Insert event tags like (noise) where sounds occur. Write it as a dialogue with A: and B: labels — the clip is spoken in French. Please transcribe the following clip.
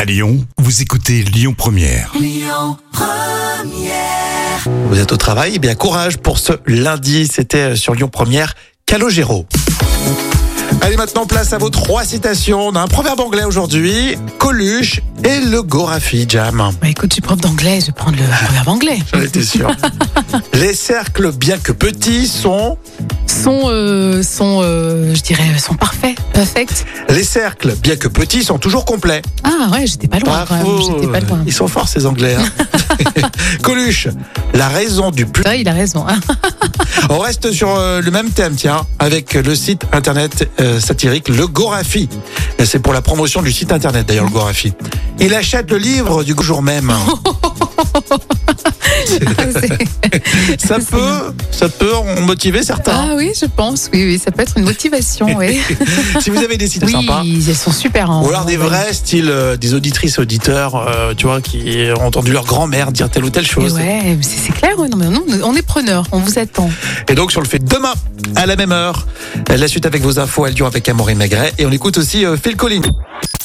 A: À Lyon, vous écoutez Lyon Première.
B: Vous êtes au travail, eh bien courage pour ce lundi, c'était euh, sur Lyon Première, Calogero. Allez maintenant place à vos trois citations d'un proverbe anglais aujourd'hui, Coluche et le Gorafi Jam.
C: Bah, écoute, je suis prof d'anglais, je vais
B: (laughs)
C: prendre le proverbe anglais.
B: J'en étais sûr. (laughs) Les cercles, bien que petits, sont
C: Sont, euh, sont, euh, je dirais, sont parfaits, perfect.
B: les cercles, bien que petits, sont toujours complets.
C: Ah ouais, j'étais pas loin quand même,
B: Bravo.
C: j'étais
B: (laughs)
C: pas loin.
B: Ils sont forts ces Anglais.
C: (laughs)
B: hein. Coluche, la raison du plus.
C: Ça, il a raison.
B: (laughs)
C: hein.
B: On reste sur euh, le même thème, tiens, avec le site internet euh, satirique Le Gorafi. Et C'est pour la promotion du site internet, d'ailleurs, Le Gorafi. Il achète le livre du jour
C: (laughs)
B: même.
C: Oh, C'est-
B: Ça peut, ça peut en motiver certains.
C: (laughs) ah oui, je pense, oui, oui, ça peut être une motivation,
B: (laughs)
C: oui.
B: Si vous avez des sites
C: Ah. Oui,
B: sympas.
C: elles sont super. hein.
B: Ou alors des vrais styles, euh, des auditrices, auditeurs, euh, tu vois, qui ont entendu leur grand-mère dire telle ou telle
C: Mais
B: chose.
C: Eh ouais, mais c'est c'est clair, ouais, non, mais non, on est preneur, on vous attend.
B: Et donc, sur le fait demain, à la même heure. La suite avec vos infos, elle dure avec Amaury Magret. Et on écoute aussi euh, Phil Collins.